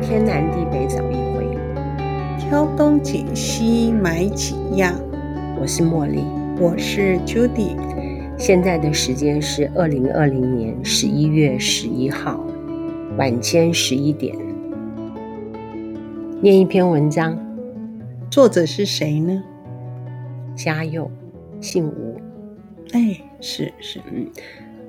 天南地北找一回。挑东拣西买几样。我是茉莉，我是 Judy，现在的时间是二零二零年十一月十一号晚间十一点。念一篇文章，作者是谁呢？家佑，姓吴。哎，是是，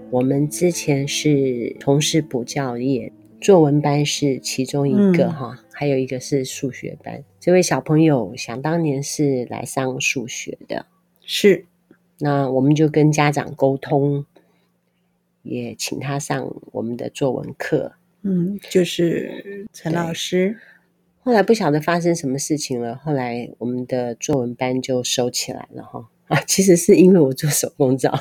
我们之前是从事补教业，作文班是其中一个嗯哈，还有一个是数学班。这位小朋友想当年是来上数学的，是，那我们就跟家长沟通，也请他上我们的作文课。嗯，就是陈老师。后来不晓得发生什么事情了，后来我们的作文班就收起来了哈。 啊，其实是因为我做手工 皂，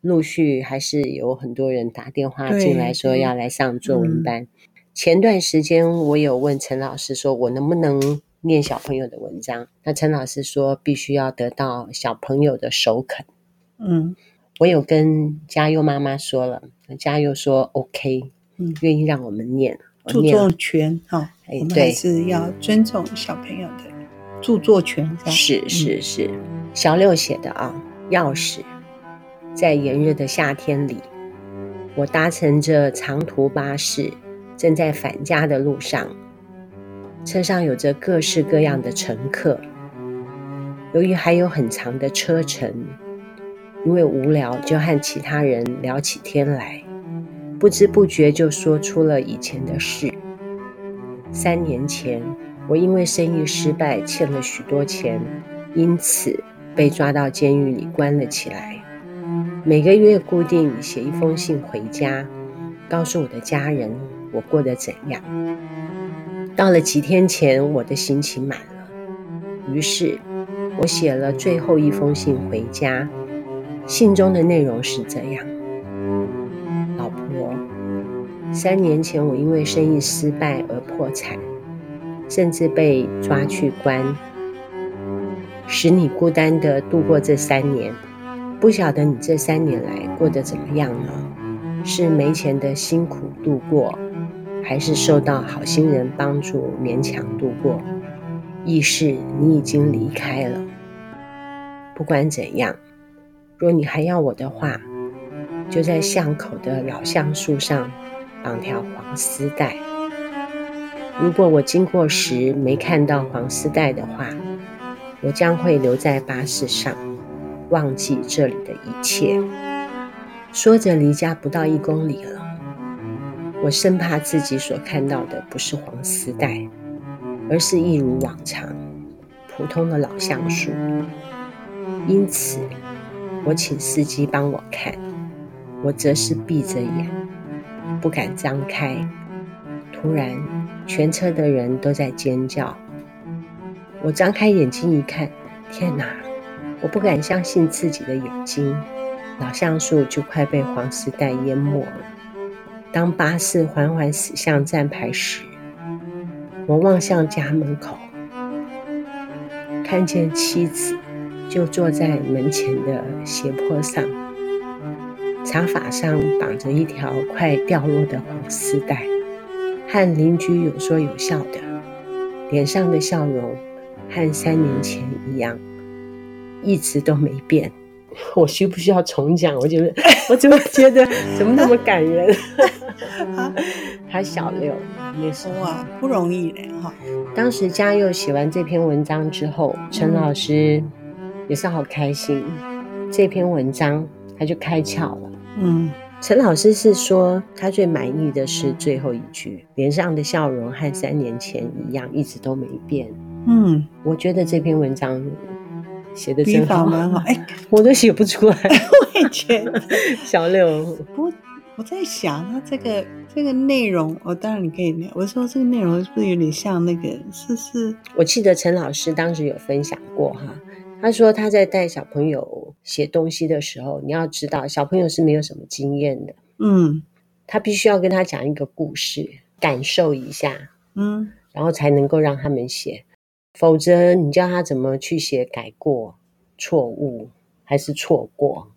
陆续还是有很多人打电话进来对说对嗯要来上作文班。前段时间我有问陈老师说，我能不能念小朋友的文章？那陈老师说必须要得到小朋友的首肯。嗯我有跟嘉佑妈妈说了，嘉佑说 OK，嗯，愿意让我们念，我著念了作权哈、哎我们对还是要尊重小朋友的著作权，是吧？是是是，小六写的啊，钥匙，在炎热的夏天里，我搭乘着长途巴士，正在返家的路上，车上有着各式各样的乘客。由于还有很长的车程，因为无聊就和其他人聊起天来，不知不觉就说出了以前的事。三年前，我因为生意失败欠了许多钱，因此被抓到监狱里关了起来。每个月固定写一封信回家，告诉我的家人我过得怎样。到了几天前，我的刑期满了，于是我写了最后一封信回家。信中的内容是这样：老婆，三年前我因为生意失败而破产，甚至被抓去关，使你孤单的度过这三年。不晓得你这三年来过得怎么样呢？是没钱的辛苦度过，还是受到好心人帮助勉强度过？亦是你已经离开了。不管怎样，若你还要我的话，就在巷口的老橡树上绑条黄丝带。如果我经过时没看到黄丝带的话，我将会留在巴士上，忘记这里的一切。说着，离家不到一公里了，我生怕自己所看到的不是黄丝带，而是一如往常普通的老橡树。因此，我请司机帮我看，我则是闭着眼，不敢张开。突然，全车的人都在尖叫。我张开眼睛一看，天哪！我不敢相信自己的眼睛，老橡树就快被黄丝带淹没了。当巴士缓缓驶向站牌时，我望向家门口，看见妻子就坐在门前的斜坡上，长发上绑着一条快掉落的黄丝带，和邻居有说有笑的，脸上的笑容和三年前一样，一直都没变。 我需不需要重讲？我觉得，我怎么觉得怎么那么感人？ 啊，他小六那时候。哇，不容易嘞哈、当时嘉佑写完这篇文章之后，陈老师也是好开心。这篇文章他就开窍了。嗯，陈老师是说，他最满意的是最后一句，脸上的笑容和三年前一样，一直都没变。嗯，我觉得这篇文章写的笔真法好，蛮好。哎， 我都写不出来。我也觉得。小六，不过我在想，他这个这个内容，我、当然你可以聊。我说这个内容是不是有点像那个，是是，我记得陈老师当时有分享过哈，他说他在带小朋友写东西的时候，你要知道小朋友是没有什么经验的。嗯他必须要跟他讲一个故事，感受一下，嗯然后才能够让他们写。否则，你叫他怎么去写改过、错误还是错过？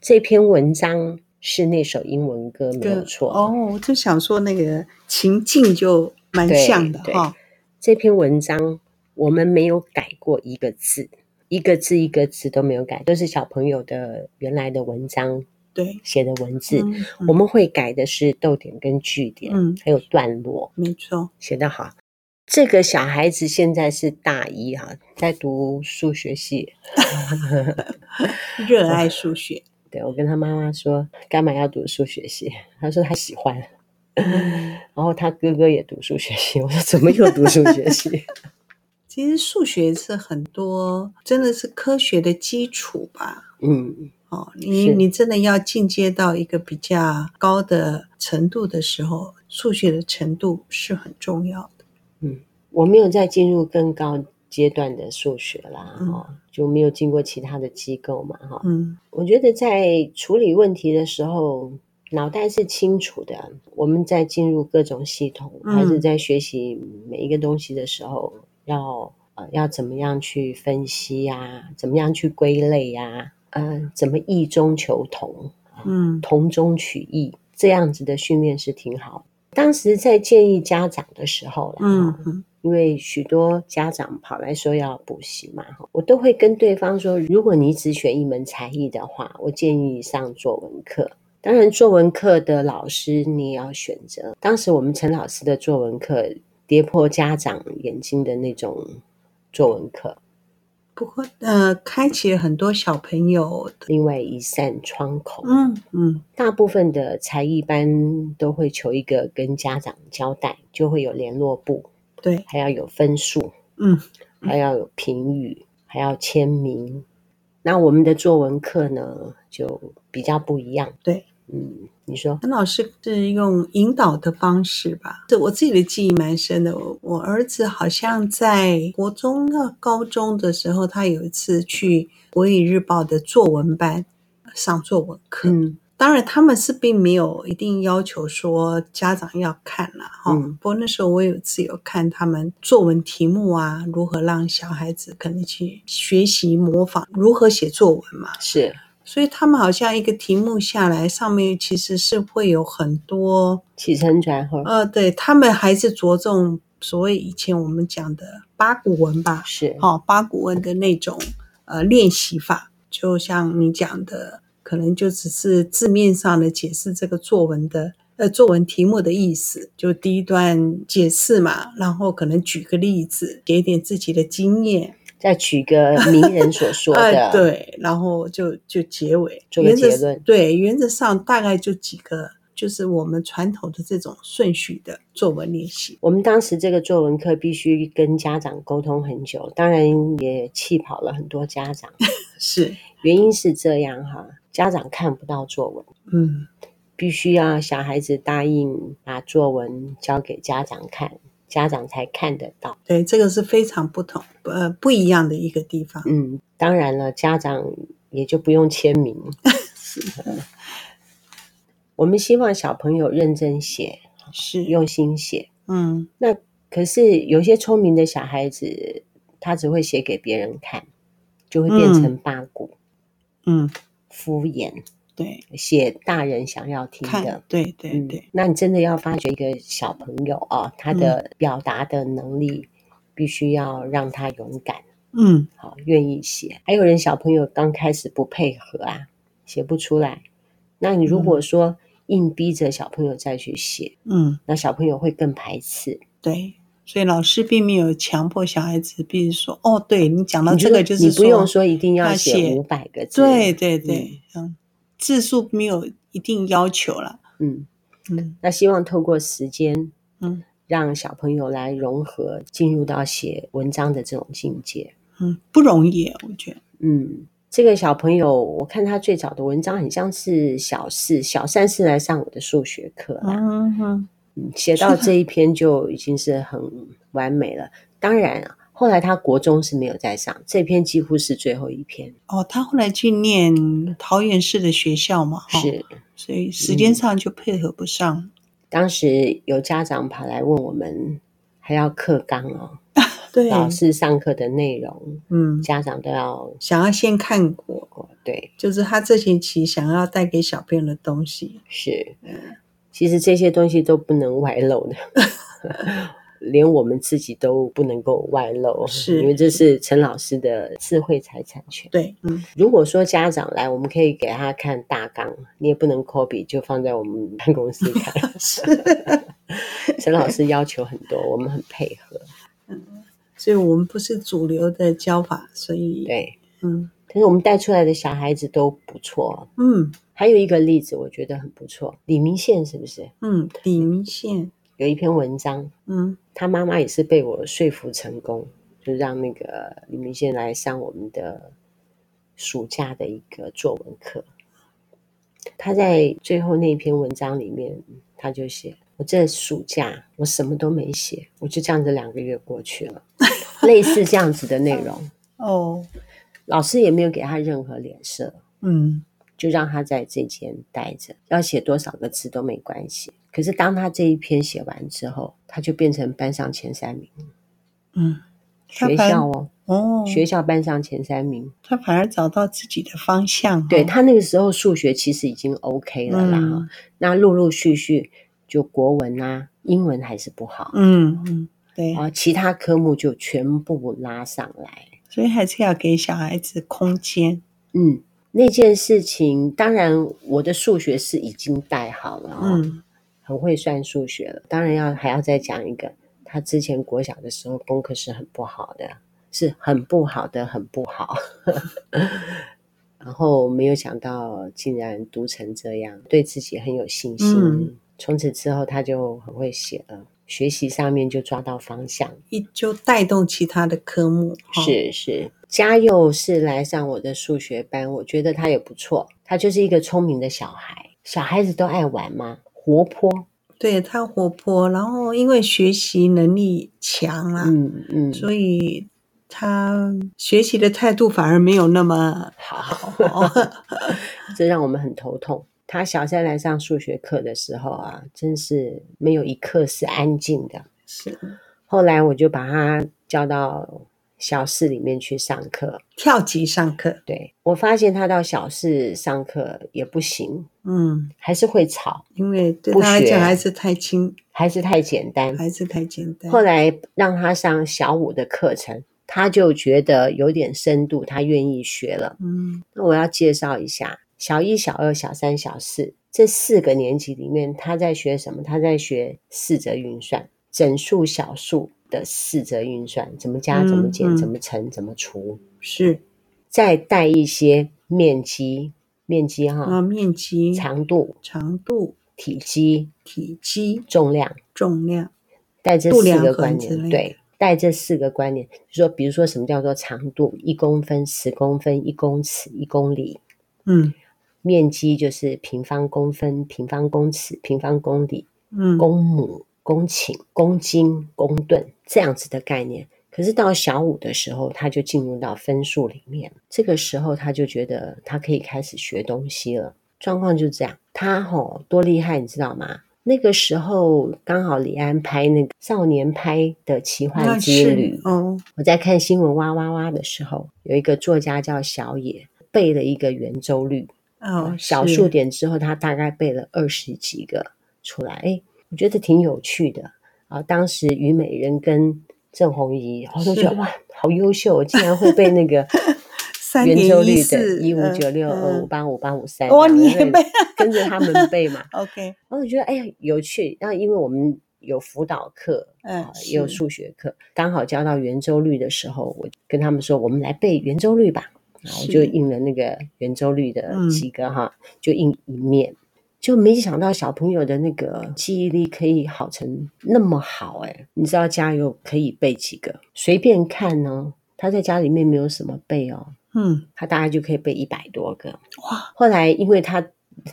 这篇文章是那首英文歌，没有错。哦，我就想说那个情境就蛮像的对哈、这篇文章我们没有改过一个字，一个字一个字都没有改，都是小朋友的原来的文章对，写的文字。嗯我们会改的是逗点跟句点，嗯还有段落，没错，写得好。这个小孩子现在是大一哈、在读数学系。嗯热爱数学，对我跟他妈妈说，干嘛要读数学系？他说他喜欢。 然后他哥哥也读数学系，我说怎么又读数学系？ 其实数学是很多真的是科学的基础吧。嗯，哦，你是你真的要进阶到一个比较高的程度的时候，数学的程度是很重要的。我没有再进入更高阶段的数学啦，嗯哦，就没有经过其他的机构嘛，哈、嗯我觉得在处理问题的时候，脑袋是清楚的。我们在进入各种系统，嗯还是在学习每一个东西的时候，要呃要怎么样去分析呀、怎么样去归类呀、呃，怎么异中求同，嗯同中取异，这样子的训练是挺好。当时在建议家长的时候啦，嗯嗯因为许多家长跑来说要补习嘛，我都会跟对方说，如果你只选一门才艺的话，我建议你上作文课。当然，作文课的老师你也要选择。当时我们陈老师的作文课跌破家长眼睛的那种作文课，不过呃，开启了很多小朋友的，另外一扇窗口。嗯嗯大部分的才艺班都会求一个跟家长交代，就会有联络簿，对，还要有分数，嗯还要有评语，还要签名。那我们的作文课呢，就比较不一样。对，嗯，你说，陈老师是用引导的方式吧？这我自己的记忆蛮深的。我我儿子好像在国中到高中的时候，他有一次去《国语日报》的作文班上作文课。嗯当然，他们是并没有一定要求说家长要看啦，哈、嗯不过那时候我有一次有看他们作文题目啊，如何让小孩子可能去学习模仿如何写作文嘛。是，所以他们好像一个题目下来，上面其实是会有很多，起承转合、呃，对他们还是着重所谓以前我们讲的八股文吧，是，好、八股文的那种呃练习法，就像你讲的，可能就只是字面上的解释这个作文的呃作文题目的意思，就第一段解释嘛，然后可能举个例子，给点自己的经验，再举个名人 所说的，呃，对，然后就就结尾做个原则结论对，原则上大概就几个，就是我们传统的这种顺序的作文练习。我们当时这个作文课必须跟家长沟通很久，当然也气跑了很多家长。是，原因是这样哈，家长看不到作文，嗯必须要小孩子答应把作文交给家长看，家长才看得到。对，这个是非常不同呃不一样的一个地方。嗯，当然了，家长也就不用签名。我们希望小朋友认真写，是，用心写。嗯那可是有些聪明的小孩子，他只会写给别人看，就会变成八股、嗯，敷衍，对，写大人想要听看的。，对对嗯对，，那你真的要发掘一个小朋友啊，他嗯的表达的能力，必须要让他勇敢。嗯好，愿意写。还有人小朋友刚开始不配合啊，写不出来。那你如果说硬逼着小朋友再去写，嗯，那小朋友会更排斥。对。所以老师并没有强迫小孩子，比如说，哦，对你讲到你这个，就是你不用说一定要要写写五百个字，对，对对，嗯，字数没有一定要求了，嗯，嗯那希望透过时间嗯让小朋友来融合，进入到写文章的这种境界。嗯，不容易，我觉得，嗯，这个小朋友，我看他最早的文章很像是小四、小三是来上我的数学课啦。嗯哼，嗯，写到这一篇就已经是很完美了。当然啊，后来他国中是没有再上，这篇几乎是最后一篇。哦，他后来去念桃园市的学校嘛，哈，是，所以时间上就配合不上，当时有家长跑来问我们还要课纲哦，对，老师上课的内容，嗯，家长都要想要先看过，过。对，就是他这学期想要带给小朋友的东西，是嗯，其实这些东西都不能外露 的，连我们自己都不能够外露，是因为这是陈老师的智慧财产权。对，嗯， 如果说家长来，我们可以给他看大纲，你也不能 copy 就放在我们办公室 看。是，陈老师要求很多，我们很配合。所以我们不是主流的教法，所以，对，嗯但是我们带出来的小孩子都不错。嗯还有一个例子，我觉得很不错，李明宪是不是嗯，李明宪，有一篇文章？嗯他妈妈也是被我说服成功，就让那个李明宪来上我们的暑假的一个作文课。他在最后那篇文章里面，他就写：“我这暑假我什么都没写，我就这样子两个月过去 了。”类似这样子的内容，哦，老师也没有给他任何脸色，嗯就让他在这间待着，要写多少个字都没关系。可是当他这一篇写完之后，他就变成班上前三名。嗯，他学班校哦，哦，学校班上前三名。他反而找到自己的方向哦，对他那个时候数学其实已经 OK 了啦，嗯那陆陆续续就国文啊、英文还是不好，嗯嗯，对，啊、其他科目就全部拉上来。所以还是要给小孩子空间，嗯，那件事情当然我的数学是已经带好了、哦，嗯很会算数学了。当然要还要再讲一个，他之前国小的时候功课是很不好的，是很不好的，很不好。 然后没有想到竟然读成这样，对自己很有信心。嗯从此之后他就很会写了，学习上面就抓到方向。一就带动其他的科目，哦，是是，嘉佑是来上我的数学班，我觉得他也不错，他就是一个聪明的小孩。小孩子都爱玩嘛，活泼，对他活泼，然后因为学习能力强啦、嗯嗯，啊所以他学习的态度反而没有那么好， 好。这让我们很头痛。他小三来上数学课的时候啊，真是没有一刻是安静的。是后来我就把他叫到小四里面去上课，跳级上课，对我发现他到小四上课也不行，嗯，还是会吵，因为对不他来学讲还是太轻，还是太简单。还是太简单。后来让他上小五的课程，他就觉得有点深度，他愿意学了。嗯那我要介绍一下小一、小二、小三、小四这四个年级里面，他在学什么？他在学四则运算，整数、小数的四则运算，怎么加、嗯怎么减、嗯怎么乘、怎么除，是再带一些面积、面积哈、然后面积、长度、长度、体积、体积、重量，重量，带这度四量个衡观之念，类对。带这四个观念，就说，比如说什么叫做长度，一公分、十公分、一公尺、一公里，嗯面积就是平方公分、平方公尺、平方公里、嗯，公亩、公顷、公斤、公吨这样子的概念。可是到小五的时候，他就进入到分数里面，这个时候他就觉得他可以开始学东西了。状况就这样，他吼、多厉害，你知道吗？那个时候刚好李安拍那个《少年派的奇幻那之是旅》哦，我在看新闻哇哇哇的时候，有一个作家叫小野背了一个圆周率，哦，小是数点之后，他大概背了二十几个出来，哎，我觉得挺有趣的啊。当时虞美人跟郑红怡，我都觉得是哇，好优秀，哦竟然会背那个 三圆点周率四的一五九六二五嗯八五八五三，哦，然你后也就背跟着他们背嘛。 ？OK，然后我觉得哎呀有趣，然后因为我们有辅导课，嗯啊也有是数学课，刚好教到圆周率的时候，我跟他们说我们来背圆周率吧，然后我是就印了那个圆周率的嗯几个哈，就印一面。就没想到小朋友的那个记忆力可以好成那么好哎、你知道加油可以背几个？随便看呢，他在家里面没有什么背哦，嗯，他大概就可以背一百多个。哇，后来因为他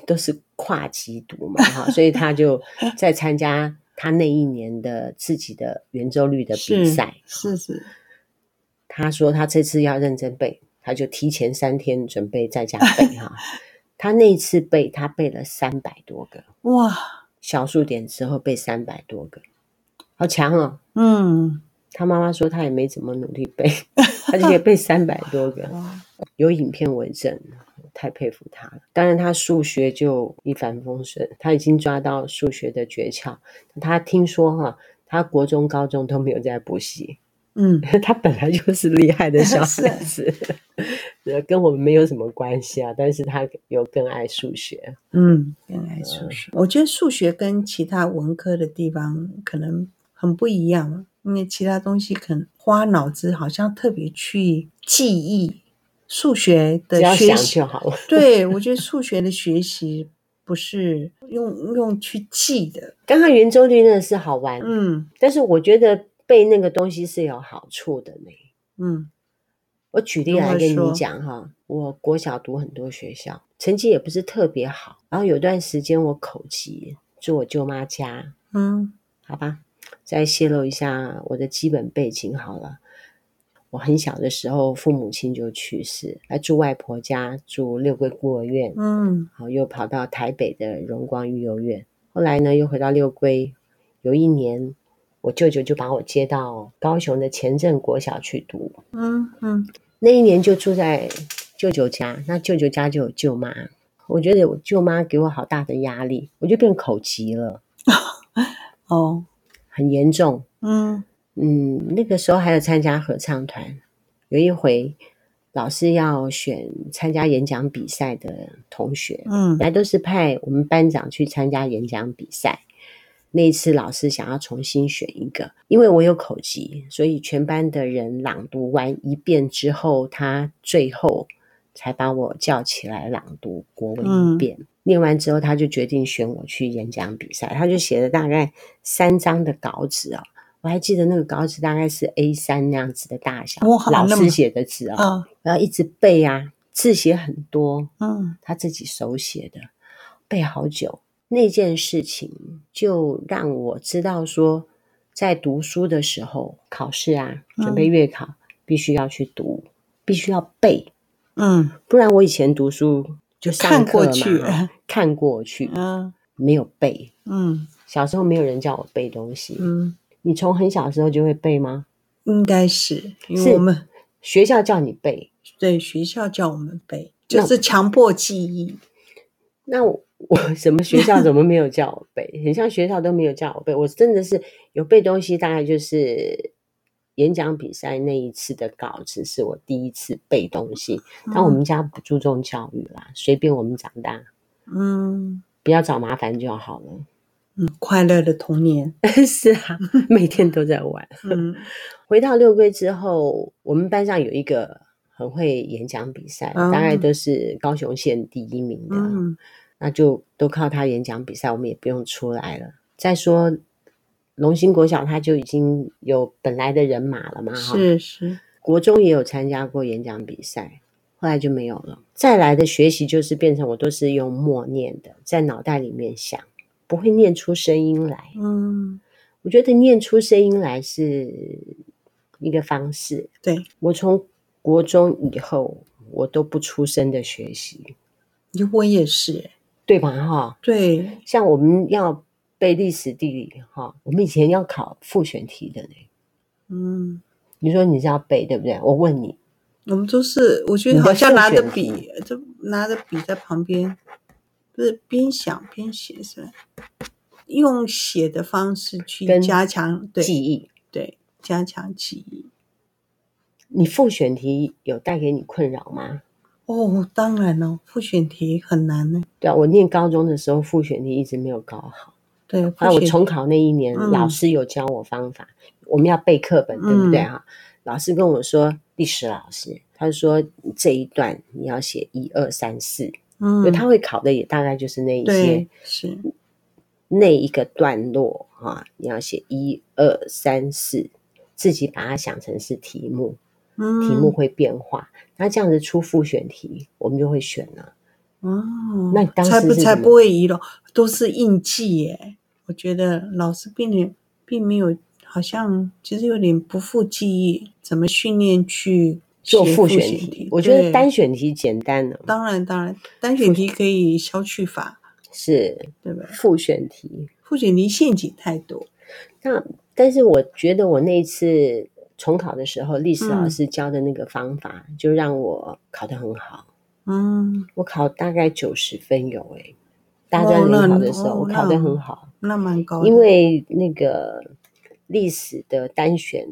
都是跨级读嘛，哈，所以他 就在参加他那一年的自己的圆周率的比是赛。是是，他说他这次要认真背，他就提前三天准备在家背 哈。他那一次背，他背了三百多个哇，小数点之后背三百多个，好强哦！嗯，他妈妈说他也没怎么努力 背，他就可以背三百多个，哇，有影片为证，太佩服他了。当然，他数学就一帆风顺，他已经抓到数学的诀窍。他听说哈，他国中、高中都没有在补习， 嗯，他本来就是厉害的小是孩子，呃跟我们没有什么关系啊。但是他有更爱数学，嗯，原来数学，我觉得数学跟其他文科的地方可能很不一样，因为其他东西可能花脑子，好像特别去记忆。数学的只要学想习，就好了。 对我觉得数学的学习不是用用去记的，刚刚圆周率那个是好玩，嗯但是我觉得背那个东西是有好处的呢。嗯我举例如来何跟说你讲哈，我国小读很多学校，成绩也不是特别好。然后有段时间我口疾，住我舅妈家，嗯好吧，再泄露一下我的基本背景好了。我很小的时候，父母亲就去世，还住外婆家，住六个孤儿院，嗯好，又跑到台北的荣光育幼院。后来呢，又回到六龟。有一年，我舅舅就把我接到高雄的前镇国小去读。嗯嗯那一年就住在舅舅家，那舅舅家就有舅妈。我觉得我舅妈给我好大的压力，我就变口疾了，哦很严重。嗯嗯，那个时候还有参加合唱团，有一回老师要选参加演讲比赛的同学，嗯本来都是派我们班长去参加演讲比赛。那一次老师想要重新选一个，因为我有口疾，所以全班的人朗读完一遍之后，他最后才把我叫起来朗读国嗯文一遍。念完之后，他就决定选我去演讲比赛，他就写了大概三张的稿纸哦。我还记得那个稿纸大概是 A 三那样子的大小哇，老那么师写的字哦，啊我要一直背啊，字写很多，嗯他自己手写的，背好久。那件事情就让我知道说，在读书的时候，考试啊，嗯准备月考，必须要去读，必须要背，嗯不然我以前读书就上看过课嘛去看过去，嗯没有背。嗯小时候没有人叫我背东西，嗯，你从很小的时候就会背吗？应该是因为是我们学校叫你背，对学校叫我们背，那就是强迫记忆。那我 我什么学校怎么没有叫我背？很像学校都没有叫我背，我真的是有背东西，大概就是演讲比赛那一次的稿子是我第一次背东西。但我们家不注重教育啦，随便我们长大，嗯不要找麻烦就好了。 嗯，快乐的童年。是 啊，每天都在玩。嗯回到六龟之后，我们班上有一个很会演讲比赛，大概嗯都是高雄县第一名的。 嗯那就都靠他演讲比赛，我们也不用出来了。再说，龙兴国小他就已经有本来的人马了嘛，哈，是是国中也有参加过演讲比赛，后来就没有了。再来的学习就是变成我都是用默念的，在脑袋里面想，不会念出声音来。嗯我觉得念出声音来是一个方式。对，我从国中以后，我都不出声的学习，我也是。对吧？哈，对，像我们要背历史地理哈，我们以前要考复选题的呢。嗯，你说你是要背对不对？我问你，我们都是，我觉得你好的像复拿着选笔，就拿着笔在旁边，不是边想边写是吧？用写的方式去跟加强，对记忆，对，加强记忆。你复选题有带给你困扰吗？哦，当然了、复选题很难呢。对啊，我念高中的时候复选题一直没有搞好，对，后来复啊我选重考那一年，嗯老师有教我方法，我们要背课本，对不对嗯啊？老师跟我说，历史老师他说你这一段你要写一二三四，因为嗯，他会考的也大概就是那一些。对是那一个段落啊，你要写一二三四，自己把它想成是题目，嗯题目会变化。那这样子出复选题，我们就会选了。哦，那你当才时不是才怎么不会遗漏，都是印记耶。我觉得老师并没并没有，好像其实有点不负记忆，怎么训练去做写复选选题，我觉得对单选题简单了，当然当然单选题可以消去法，是对吧？复选题。复选题陷阱太多，那但是我觉得我那一次重考的时候，历史嗯老师教的那个方法，就让我考得很好。嗯，我考大概九十分有诶、大专联考的时候，哦我那考得很好，那蛮高的，因为那个历史的单选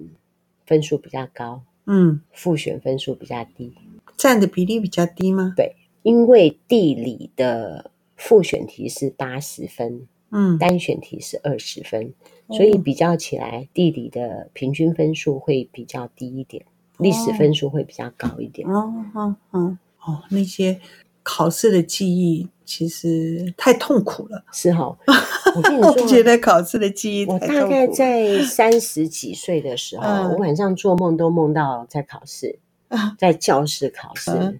分数比较高，嗯，复选分数比较低。占的比例比较低吗？因为地理的复选题是八十分，嗯，单选题是二十分，所以哦比较起来，地理的平均分数会比较低一点，历史哦分数会比较高一点。哦哦哦哦，那些考试的记忆其实太痛苦了。是 哈、我跟你我觉说，得考试的记忆我太痛苦大了。概在三十几岁的时候，嗯我晚上做梦都梦到在考试，啊，在教室考试。嗯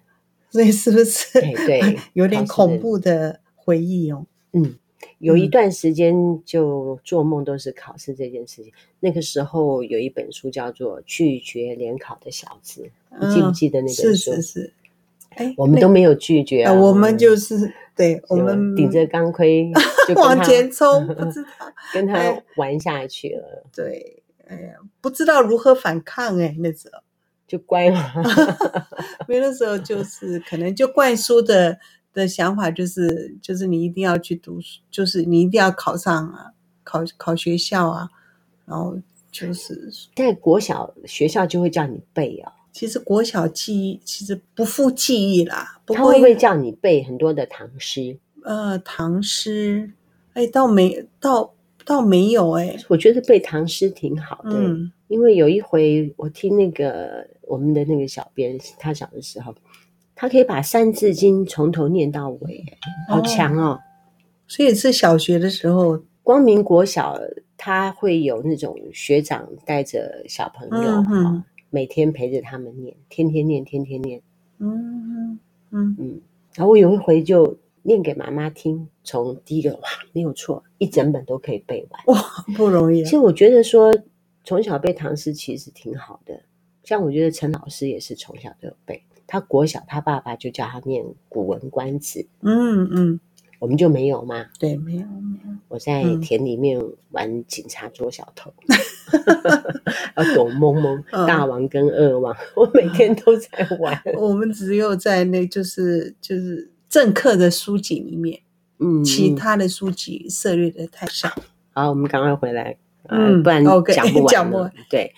所以是不是对哎对 有点考试的恐怖的回忆哦？嗯，有一嗯段时间就做梦都是考试这件事情。那个时候有一本书叫做《拒绝联考的小子》，你记不嗯记得那本是书？是是，哎，我们都那没有拒绝、啊啊，我们就是对，我就们顶着钢盔 就跟往他 前冲，不知道跟他哎玩下去了，对，哎呀，不知道如何反抗哎，那时候。就乖了。 因为那时候就是可能就灌输的的想法就是就是你一定要去读书，就是你一定要考上啊，考考学校啊，然后就是在国小学校就会叫你背哦，其实国小记忆其实不复记忆啦，不啊他过会不会叫你背很多的唐诗？呃唐诗，哎倒没倒倒没有哎、我觉得背唐诗挺好的，嗯因为有一回我听那个我们的那个小编，他小的时候，他可以把《三字经》从头念到尾，好强哦！所以是小学的时候，光明国小他会有那种学长带着小朋友，嗯哼哦每天陪着他们念，天天念，天天念。嗯嗯嗯，然后我有一回就念给妈妈听，从第一个哇没有错，一整本都可以背完。不容易其啊、实我觉得说，从小背唐诗其实挺好的。像我觉得陈老师也是从小都有背，他国小他爸爸就叫他念《古文观止》，嗯嗯我们就没有嘛。对没有没有我在嗯田里面玩警察捉小偷， 要躲猫猫， 嗯大王跟二王，我每天都在玩。我们只有在那就是就是政客的书籍里面， 嗯，其他的书籍涉猎的太少。好，我们赶快回来，嗯，嗯不然 OK，讲不完了。讲不完对，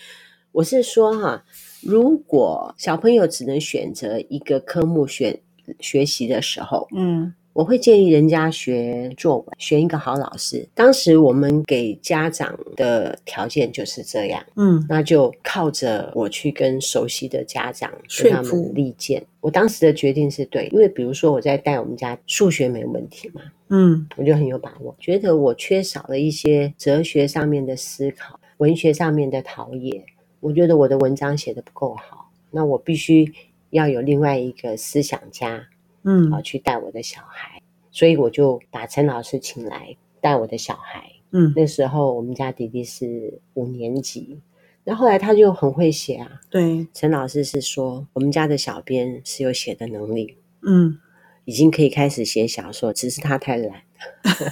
我是说哈，如果小朋友只能选择一个科目选学习的时候，嗯我会建议人家学作文，选一个好老师。当时我们给家长的条件就是这样，嗯那就靠着我去跟熟悉的家长说跟他服们力荐。我当时的决定是对，因为比如说我在带我们家数学没问题嘛，嗯我就很有把握。觉得我缺少了一些哲学上面的思考，文学上面的陶冶。我觉得我的文章写的不够好，那我必须要有另外一个思想家啊嗯去带我的小孩，所以我就把陈老师请来带我的小孩。嗯，那时候我们家弟弟是五年级，那后来他就很会写啊。对，陈老师是说，我们家的小编是有写的能力，嗯已经可以开始写小说，只是他太懒，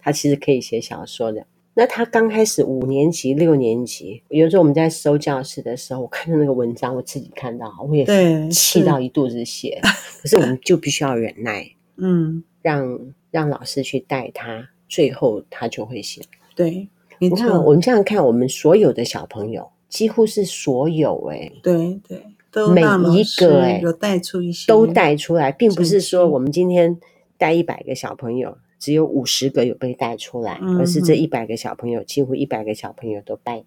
他其实可以写小说的。那他刚开始五年级、六年级，有时候我们在收教室的时候，我看到那个文章，我自己看到，我也对，气是到一肚子血。可是我们就必须要忍耐，嗯让让老师去带他，最后他就会写。对，没你看，错，我们这样看，我们所有的小朋友，几乎是所有哎、对对，都每让老一师个哎有带出一些，都带出来，并不是信说息我们今天带一百个小朋友，只有五十个有被带出来，嗯而是这一百个小朋友，几乎一百个小朋友都带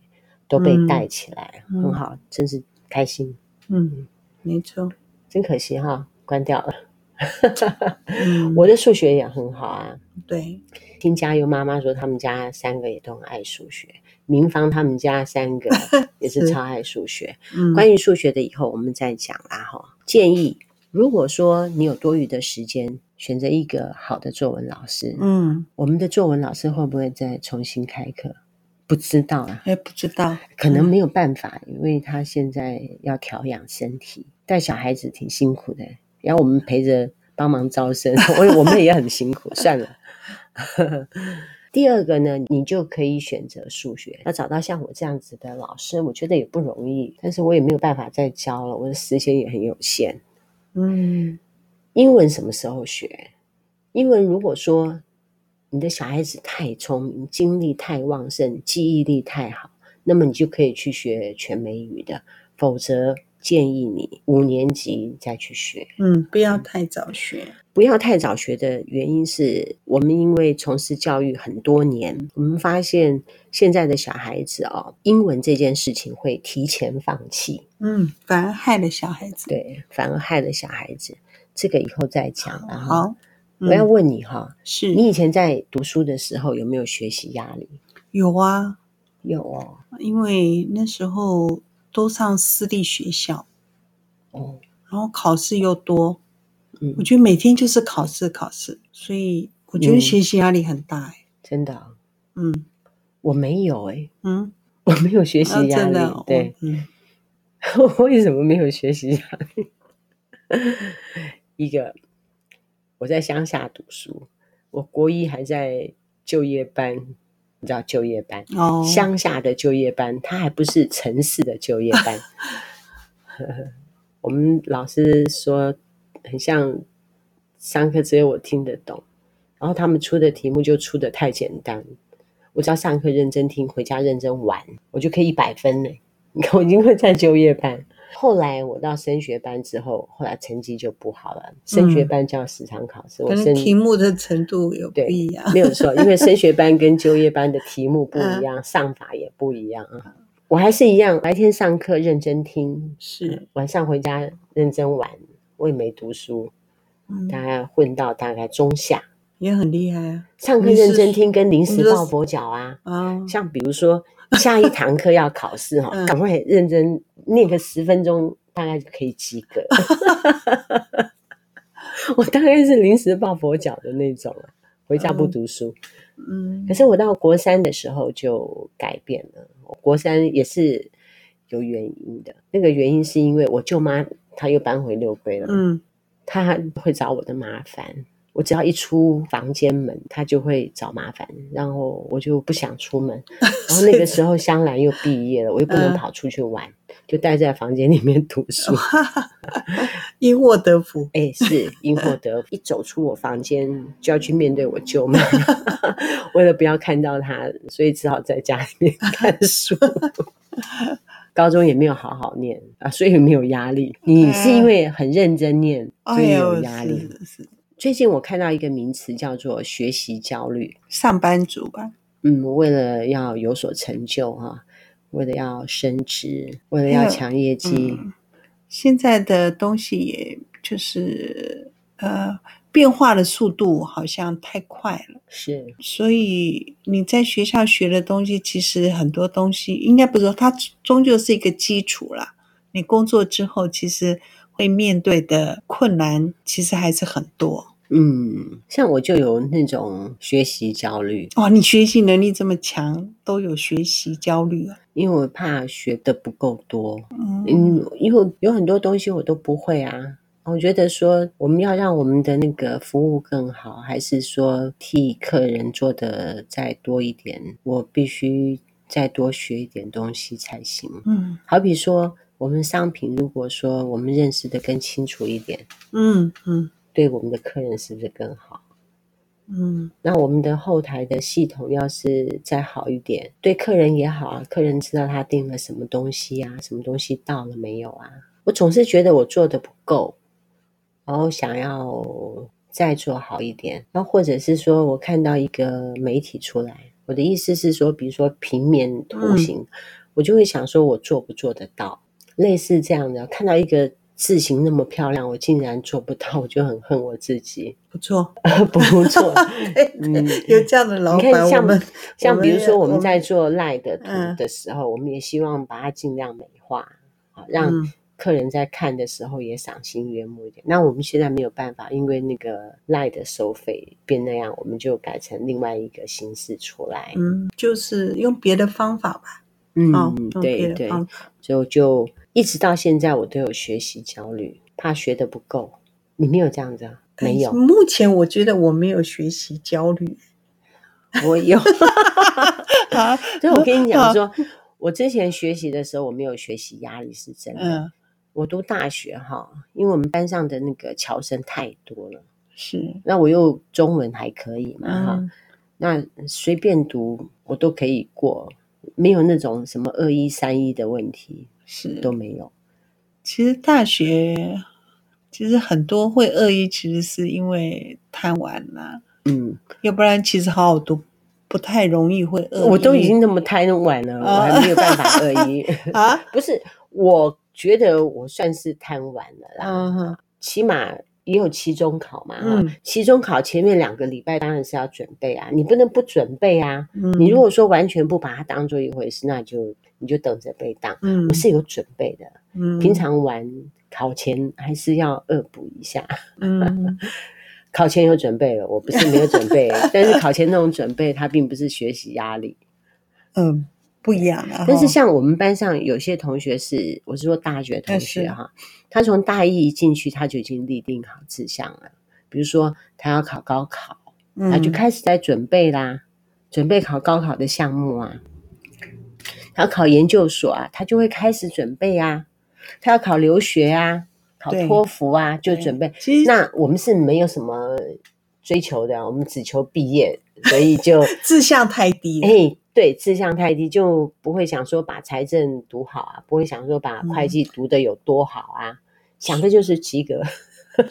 都被嗯带起来，嗯很好，真是开心。嗯，没错，真可惜哈，关掉了。嗯，我的数学也很好啊，对，听加油妈妈说，他们家三个也都很爱数学。明芳他们家三个也是 是超爱数学。嗯，关于数学的以后我们再讲啦哈。建议，如果说你有多余的时间，选择一个好的作文老师。嗯，我们的作文老师会不会再重新开课？不知道啊，哎，不知道，可能没有办法，因为他现在要调养身体，带小孩子挺辛苦的，然后我们 陪着帮忙招生，我我们也很辛苦。算了， 第二个呢，你就可以选择数学。要找到像我这样子的老师，我觉得也不容易，但是我也没有办法再教了，我的时间也很有限。嗯英文什么时候学？英文如果说你的小孩子太聪明、精力太旺盛、记忆力太好，那么你就可以去学全美语的；否则建议你五年级再去学。嗯，不要太早学。不要太早学的原因是我们因为从事教育很多年，我们发现现在的小孩子哦，英文这件事情会提前放弃，嗯，反而害了小孩子。对，反而害了小孩子。这个以后再讲啊。哈，好，嗯我要问你哈、是你以前在读书的时候有没有学习压力？有啊，有哦，因为那时候都上私立学校，哦，然后考试又多，嗯我，觉得每天就是考试考试，所以我觉得学习压力很大、欸。真的哦，嗯我没有诶、嗯，我没有学习啊压真力，的哦，对，嗯 为什么没有学习压力？ 一个我在乡下读书，我国一还在就业班，你知道就业班，哦，乡下的就业班，它还不是城市的就业 班。我们老师说很像上课只有我听得懂，然后他们出的题目就出的太简单，我只要上课认真听，回家认真玩，我就可以一百分嘞。你看，我已经会在就业班。后来我到升学班之后，后来成绩就不好了。升学班叫时常考试，嗯可我能升题目的程度有不对一样。没有错，因为升学班跟就业班的题目不嗯一样，上法也不一样啊。我还是一样，白天上课认真听，是，晚上回家认真玩，我也没读书，嗯，大概混到大概中下。也很厉害啊。上课你是认真听跟临你时说抱佛脚啊，啊，像比如说下一堂课要考试哈、嗯赶快认真念个十分钟，大概就可以及格。 我大概是临时抱佛脚的那种啊，回家不嗯读书。嗯，可是我到国三的时候就改变了，我国三也是有原因的。那个原因是因为我舅妈她又搬回六龟了，嗯她会找我的麻烦。我只要一出房间门，她就会找麻烦，然后我就不想出门。然后那个时候香兰又毕业了，我又不能嗯跑出去玩，就待在房间里面读 书。因祸得福。哎、是因祸得福。一走出我房间，就要去面对我舅妈，为了不 要看到她，所以只好在家里面看书。 高中也没有好好念啊，所以也没有压力。你是因为很认真念，所以哎有呦，压力。是是最近我看到一个名词叫做学习焦虑。上班族吧？嗯，为了要有所成就哈、啊，为了要升职，为了还要有抢业绩，嗯现在的东西也就是呃变化的速度好像太快了，是所以你在学校学的东西，其实很多东西应该不是说它终究是一个基础啦。你工作之后，其实会面对的困难其实还是很多。嗯，像我就有那种学习焦虑，哇，你学习能力这么强，都有学习焦虑啊。因为我怕学的不够多，嗯嗯，因为有很多东西我都不会啊。我觉得说，我们要让我们的那个服务更好，还是说替客人做的再多一点，我必须再多学一点东西才行。嗯好比说，我们商品如果说我们认识的更清楚一点，嗯嗯对我们的客人是不是更好？嗯那我们的后台的系统要是再好一点，对客人也好啊，客人知道他订了什么东西啊，什么东西到了没有啊？我总是觉得我做的不够，然后想要再做好一点。那或者是说我看到一个媒体出来，我的意思是说，比如说平面图形，我就会想说我做不做得到？类似这样的，看到一个字形那么漂亮，我竟然做不到，我就很恨我自己。 不错。不 错，嗯哎有这样的老你看板，我像们像比如说我我们们在做赖的图嗯的时候，我们也希望把它尽量美化，啊，让嗯客人在看的时候也赏心悦目一点。那我们现在没有办法，因为那个赖的收费变那样，我们就改成另外一个形式出来。嗯，就是用别的方法吧。哦，嗯，用别对的对，方法。所以我就一直到现在我都有学习焦虑，怕学的不够。哎你没有这样子啊？没有 目前我觉得我没有学习焦虑，我有， 啊，所以我跟你讲说，我之前学习的时候我没有学习压力是真的。嗯，我读大学哈，因为我们班上的那个侨生太多了，是，那我又中文还可以嘛哈，嗯，那随便读我都可以过，没有那种什么二一三一的问题是都没有。其实大学其实很多会恶意，其实是因为贪玩啦、嗯，要不然其实好好读不太容易会恶意。我都已经那么太晚了，哦我还没有 办法二一。 啊，不是，我觉得我算是贪玩了啦，嗯哼，起码也有期中考嘛，哈、嗯期中考前面两个礼拜当然是要准备啊，你不能不准备啊。嗯你如果说完全不把它当做一回事，那就你就等着被当。嗯我是有准备的，嗯平常玩考前还是要恶补一下。嗯考前有准备了，我不是没有准 备，但是考前那种准备，它并不是学习压力。嗯不一样啊，但是哈像我们班上有些同学是，我是说大学同学哈，他从大一一进去他就已经立定好志向了，比如说他要考高考，他就嗯开始在准备啦，准备考高考的项目啊，他要考研究所啊，他就会开始准备啊，他要考留学啊，考对托福啊，就对准备。其实那我们是没有什么追求的啊，我们只求毕业，所以 就志向太低了，哎，对，志向太低，就不会想说把财政读好啊，不会想说把会计嗯读的有多好啊，想的就是及格。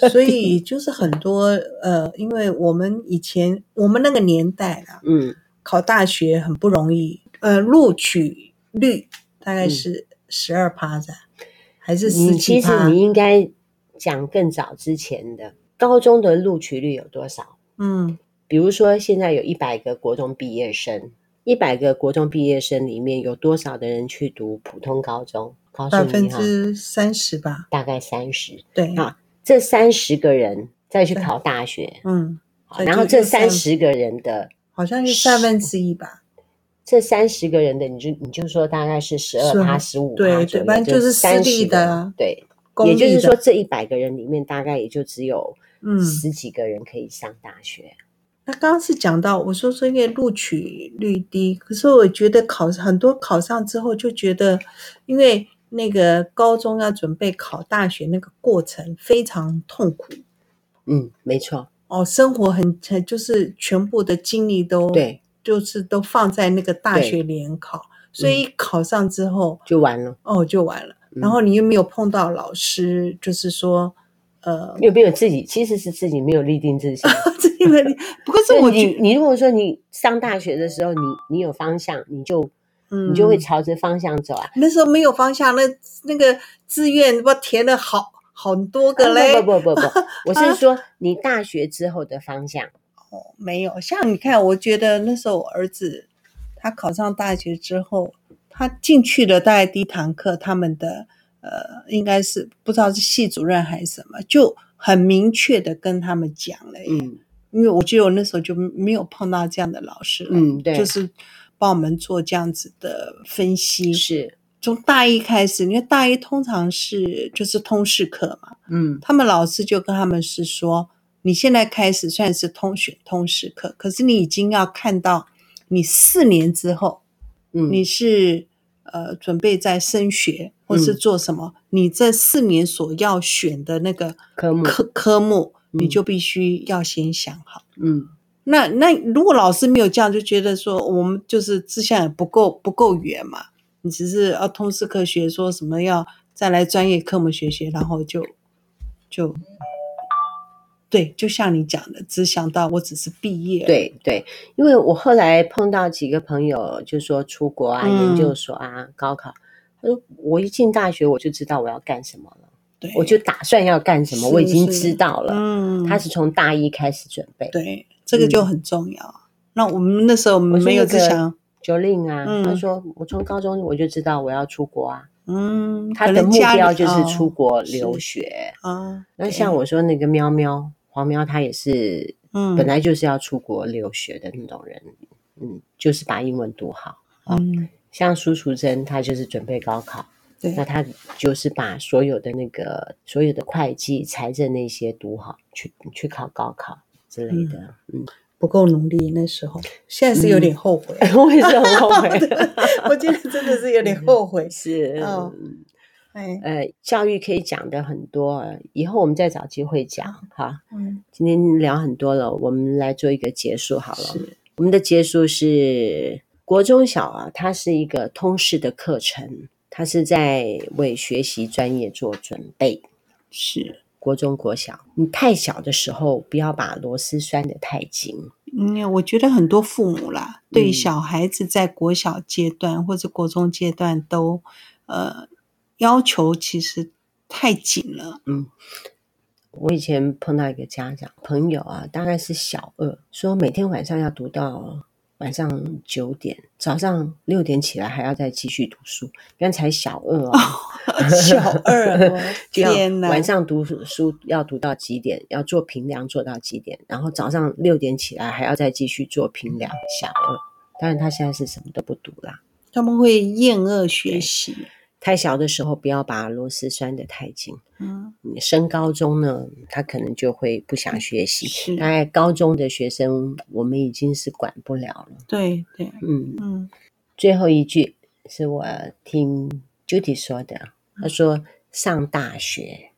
哎 所以就是很多呃，因为我们以前我们那个年代啦，嗯，考大学很不容易，呃，录取率大概嗯是十二趴的，还是十你其几趴实？你应该讲更早之前的高中的录取率有多少？嗯比如说现在有一百个国中毕业生，一百个国中毕业生里面有多少的人去读普通高中？告诉百分你哈，之三十吧，大概三十。对，好这三十个人再去考大学，嗯，所以然就后这就三三十个人的好像是三分之一吧，这三十个人的，你就你就说大概是十二趴、十五对对反正就是私三立十的个啊，对，公也就立是的说，这一百个人里面，大概也就只有嗯，十几个人可以上大学。那刚刚是讲到，我说说因为录取率低，可是我觉得考很多考上之后就觉得，因为那个高中要准备考大学那个过程非常痛苦嗯，没错，哦，生活很很就是全部的精力都，对，就是都放在那个大对嗯学联考，所以考上之后、就完了。哦就完了，嗯然后你又没有碰到老师，就是说 呃，有没有自己其实是自己没有立定志 向？这因为不过是就我你觉你如果说你上大学的时候，你你有方向，你就你就会嗯朝着方向走啊。那时候没有方向，那那个志愿不填了好好多个嘞、啊不不不 不不，我是说你大学之后的方向。哦没有。像你看，我觉得那时候我儿子他考上大学之后，他进去了大概第一堂课，他们的呃应该是不知道是系主任还是什么，就很明确的跟他们讲了耶，嗯因为我记得我那时候就没有碰到这样的老师了，嗯，对，就是帮我们做这样子的分析。是从大一开始，因为大一通常是就是通识课嘛，嗯他们老师就跟他们是说，你现在开始虽然是通选通识课，可是你已经要看到你四年之后，嗯，你是呃准备在升学或是嗯做什么，你这四年所要选的那个科目科科目，嗯你就必须要先想好。嗯那那如果老师没有这样，就觉得说我们就是志向也不够不够远嘛，你只是要通识科学说什么要再来专业科目学学，然后就就对，就像你讲的，只想到我只是毕业，，对对，因为我后来碰到几个朋友，就说出国啊、研究嗯所啊、高考，他说我一进大学我就知道我要干什么了，对我就打算要干什么，我已是经是知道了。嗯，他是从大一开始准备。对这个就很重要。那我们那时候我我们是没有那只个想， Jolin 啊，他嗯说我从高中我就知道我要出国啊，嗯，他可的能目家里标就是哦出国留是学。啊。那对像我说那个喵喵黄喵，他也是嗯本来就是要出国留学的那种人，嗯，就是把英文读好。嗯，像苏淑珍，她就是准备高考，对那，她就是把所有的那个所有的会计、财政那些读好，去去考高考之类的。嗯，不够努力，那时候现在是嗯有点后悔， 我也是很后悔。 我觉得真的是有点后 悔。是，嗯哦哎，呃，教育可以讲的很多，以后我们再找机会讲哈。嗯，今天聊很多了，我们来做一个结束好了。是，我们的结束是国中小啊，它是一个通识的课程，它是在为学习专业做准备。是，国中、国小，你太小的时候，不要把螺丝拴得太紧。嗯，我觉得很多父母啦，对嗯小孩子在国小阶段或者国中阶段都，呃，要求其实太紧了。我以前碰到一个家长朋友啊，大概是小二，说每天晚上要读到晚上九点，早上六点起来还要再继续读书。刚才小二啊，小二哦，就要 天哪！晚上读书要读到几点，要做平量做到几点，然后早上六点起来还要再继续做平量。小二，当然他现在是什么都不读啦。他们会厌恶学习。太小的时候不要把螺丝拴得太紧。嗯，你升高中呢，他可能就会不想学习。是大，概高中的学生，我们已经是管不了了。对对，嗯，嗯最后一句是我听 Judy 说的，他说上大学，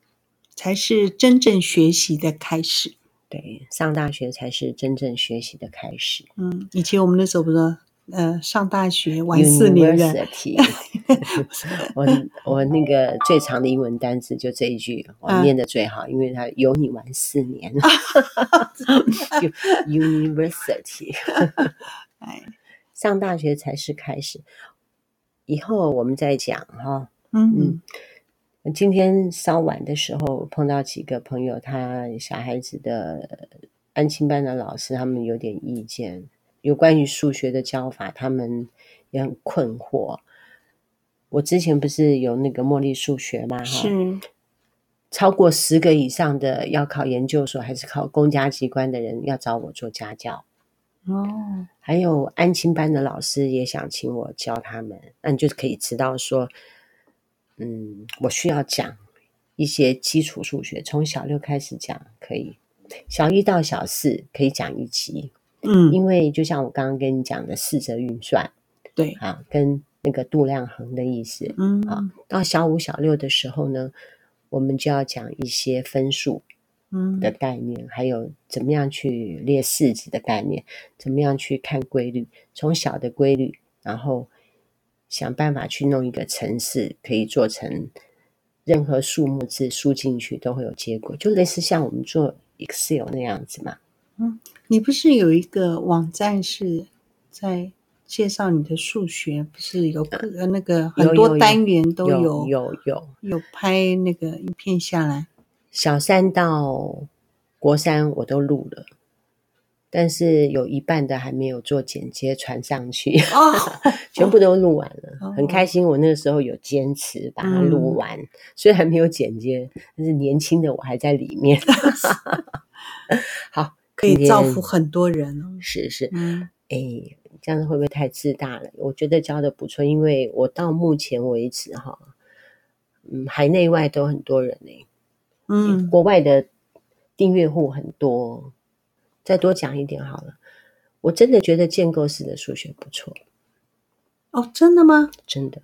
才是真正学习的开始。对，上大学才是真正学习的开始。嗯，以前我们那时候不是说，呃，上大学玩四年的， University，我我那个最长的英文单词就这一句，我嗯念的最好，因为它有你玩四 年，就 University。 哎，上大学才是开始，以后我们再讲哈、嗯今天稍晚的时候碰到几个朋友，他小孩子的安亲班的老师，他们有点意见，有关于数学的教法，他们也很困惑。我之前不是有那个茉莉数学嘛，哈，是，超过十个以上的要考研究所还是考公家机关的人，要找我做家教。哦，还有安亲班的老师也想请我教他们，那你就可以知道说，嗯，我需要讲一些基础数学，从小六开始讲可以，小一到小四可以讲一集，嗯，因为就像我刚刚跟你讲的四则运算对，啊，跟那个度量衡的意思，嗯到小五小六的时候呢，我们就要讲一些分数，嗯的概念，还有怎么样去列式子的概念，怎么样去看规律，从小的规律，然后想办法去弄一个程式，可以做成任何数目字输进去都会有结果，就类似像我们做 Excel 那样子嘛。你不是有一个网站是在介绍你的数学，不是有个呃那个很有有多有单元都有有有有有拍那个影片下来，小三到国三我都录了。但是有一半的还没有做剪接传上去， 哦，全部都录完了，哦嗯很开心。我那个时候有坚持把它录完，虽然没有剪接，但是年轻的我还在里 面。好，可以造福很多人 哦，是是，嗯哎，这样子会不会太自大了？我觉得教的不错，因为我到目前为止哈，嗯，海内外都很多人呢、嗯，国外的订阅户很多。再多讲一点好了，我真的觉得建构式的数学不错，哦，真的吗？真的。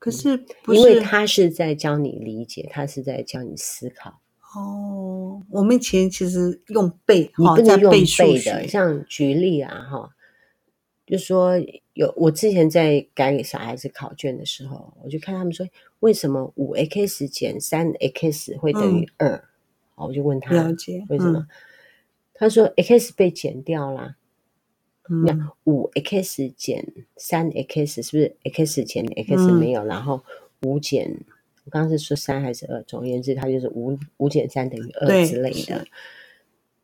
可是不因为是他是在教你理解，他是在教你思考，哦，我们以前其实用背你哈，不在能用背数背的。学，像举例啊，哈，就说有我之前在改给小孩子考卷的时候，我就看他们说为什么五 x 减三 x 会等于二、哦，我就问嗯了他解为什么，他说 x 被减掉啦，嗯嗯那五 x 减三 x 是不是 x 减 x 嗯没有，然后五减我刚刚是说三还是二？总而言之，它就是五五减三等于二对之类的是。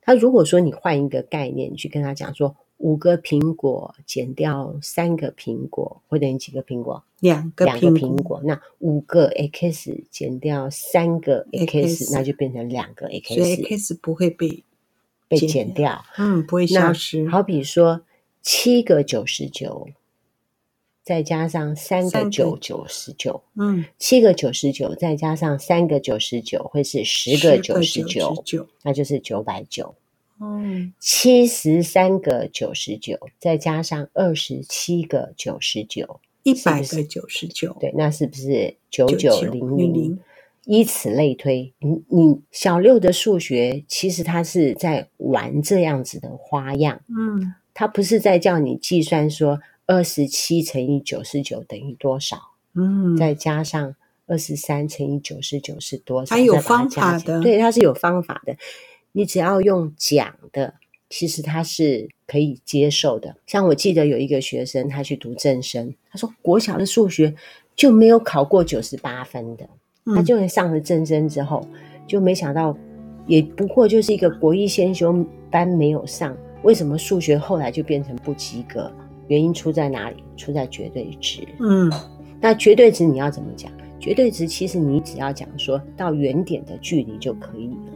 他如果说你换一个概念，你去跟他讲说五个苹果减掉三个苹果会等于几个苹果？两个两个苹苹果。那五个 x 减掉三个 x， X 那就变成两个所以 x X 不会被被减减掉。嗯不会消那失，好比说七个九十九，再加上三三个个九九十九，嗯，七个九十九再加上三个九十九会是十个10九十嗯九九，那就是九百九。哦，七十三个九十九，再加上二十七个九十九，一百个九十九，对，那是不是九九零零零？以此类推，你你小六的数学其实他是在玩这样子的花样，嗯他不是在叫你计算说二十七乘以九十九等于多少，嗯，再加上二十三乘以九十九是多少？它有再把方加法起来的对，它是有方法的。你只要用讲的，其实它是可以接受的。像我记得有一个学生，他去读正声，他说国小的数学就没有考过九十八分的，他嗯就上了正声之后，就没想到，也不过就是一个国一先修班没有上，为什么数学后来就变成不及格？原因出在哪里？出在绝对值。嗯那绝对值你要怎么讲？绝对值其实你只要讲说到原点的距离就可以了。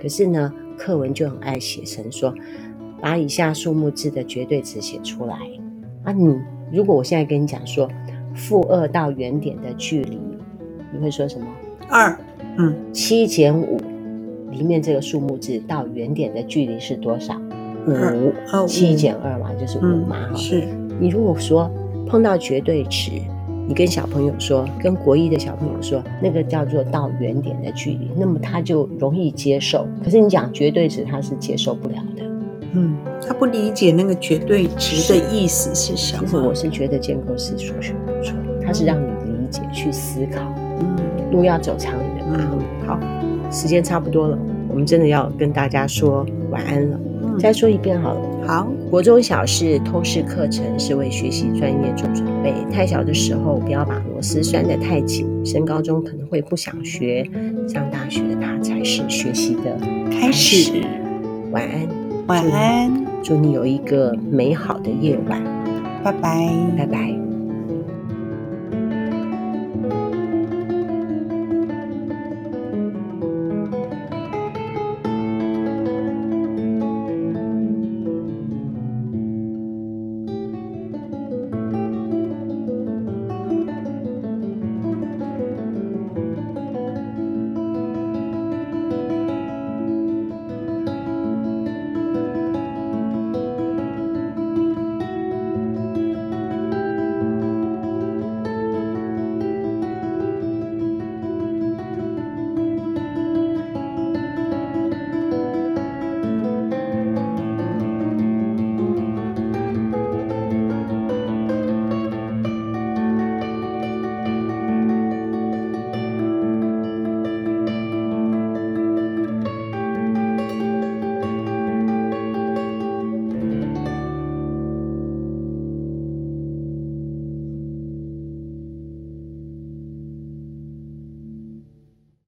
可是呢，课文就很爱写成说，把以下数目字的绝对值写出来。啊你，如果我现在跟你讲说负二到原点的距离，你会说什么？二七减五里面这个数目字到原点的距离是多少？二哦五，七五减二嘛，就是五嘛嗯哈。是你如果说碰到绝对值，你跟小朋友说，跟国一的小朋友说，那个叫做到原点的距离，那么他就容易接受。可是你讲绝对值，他是接受不了的。嗯，他不理解那个绝对值的意思是什其实么我，是觉得建构式数学不错，它是让你理解去思考，嗯路要走长远的嘛。嗯好，时间差不多了，我们真的要跟大家说晚安了。嗯，再说一遍好了。好，国中小是通识课程，是为学习专业做准备。太小的时候，不要把螺丝拴得太紧。升高中可能会不想学，上大学它才是学习的开始，晚安，晚安，祝你有一个美好的夜晚，拜拜。拜拜。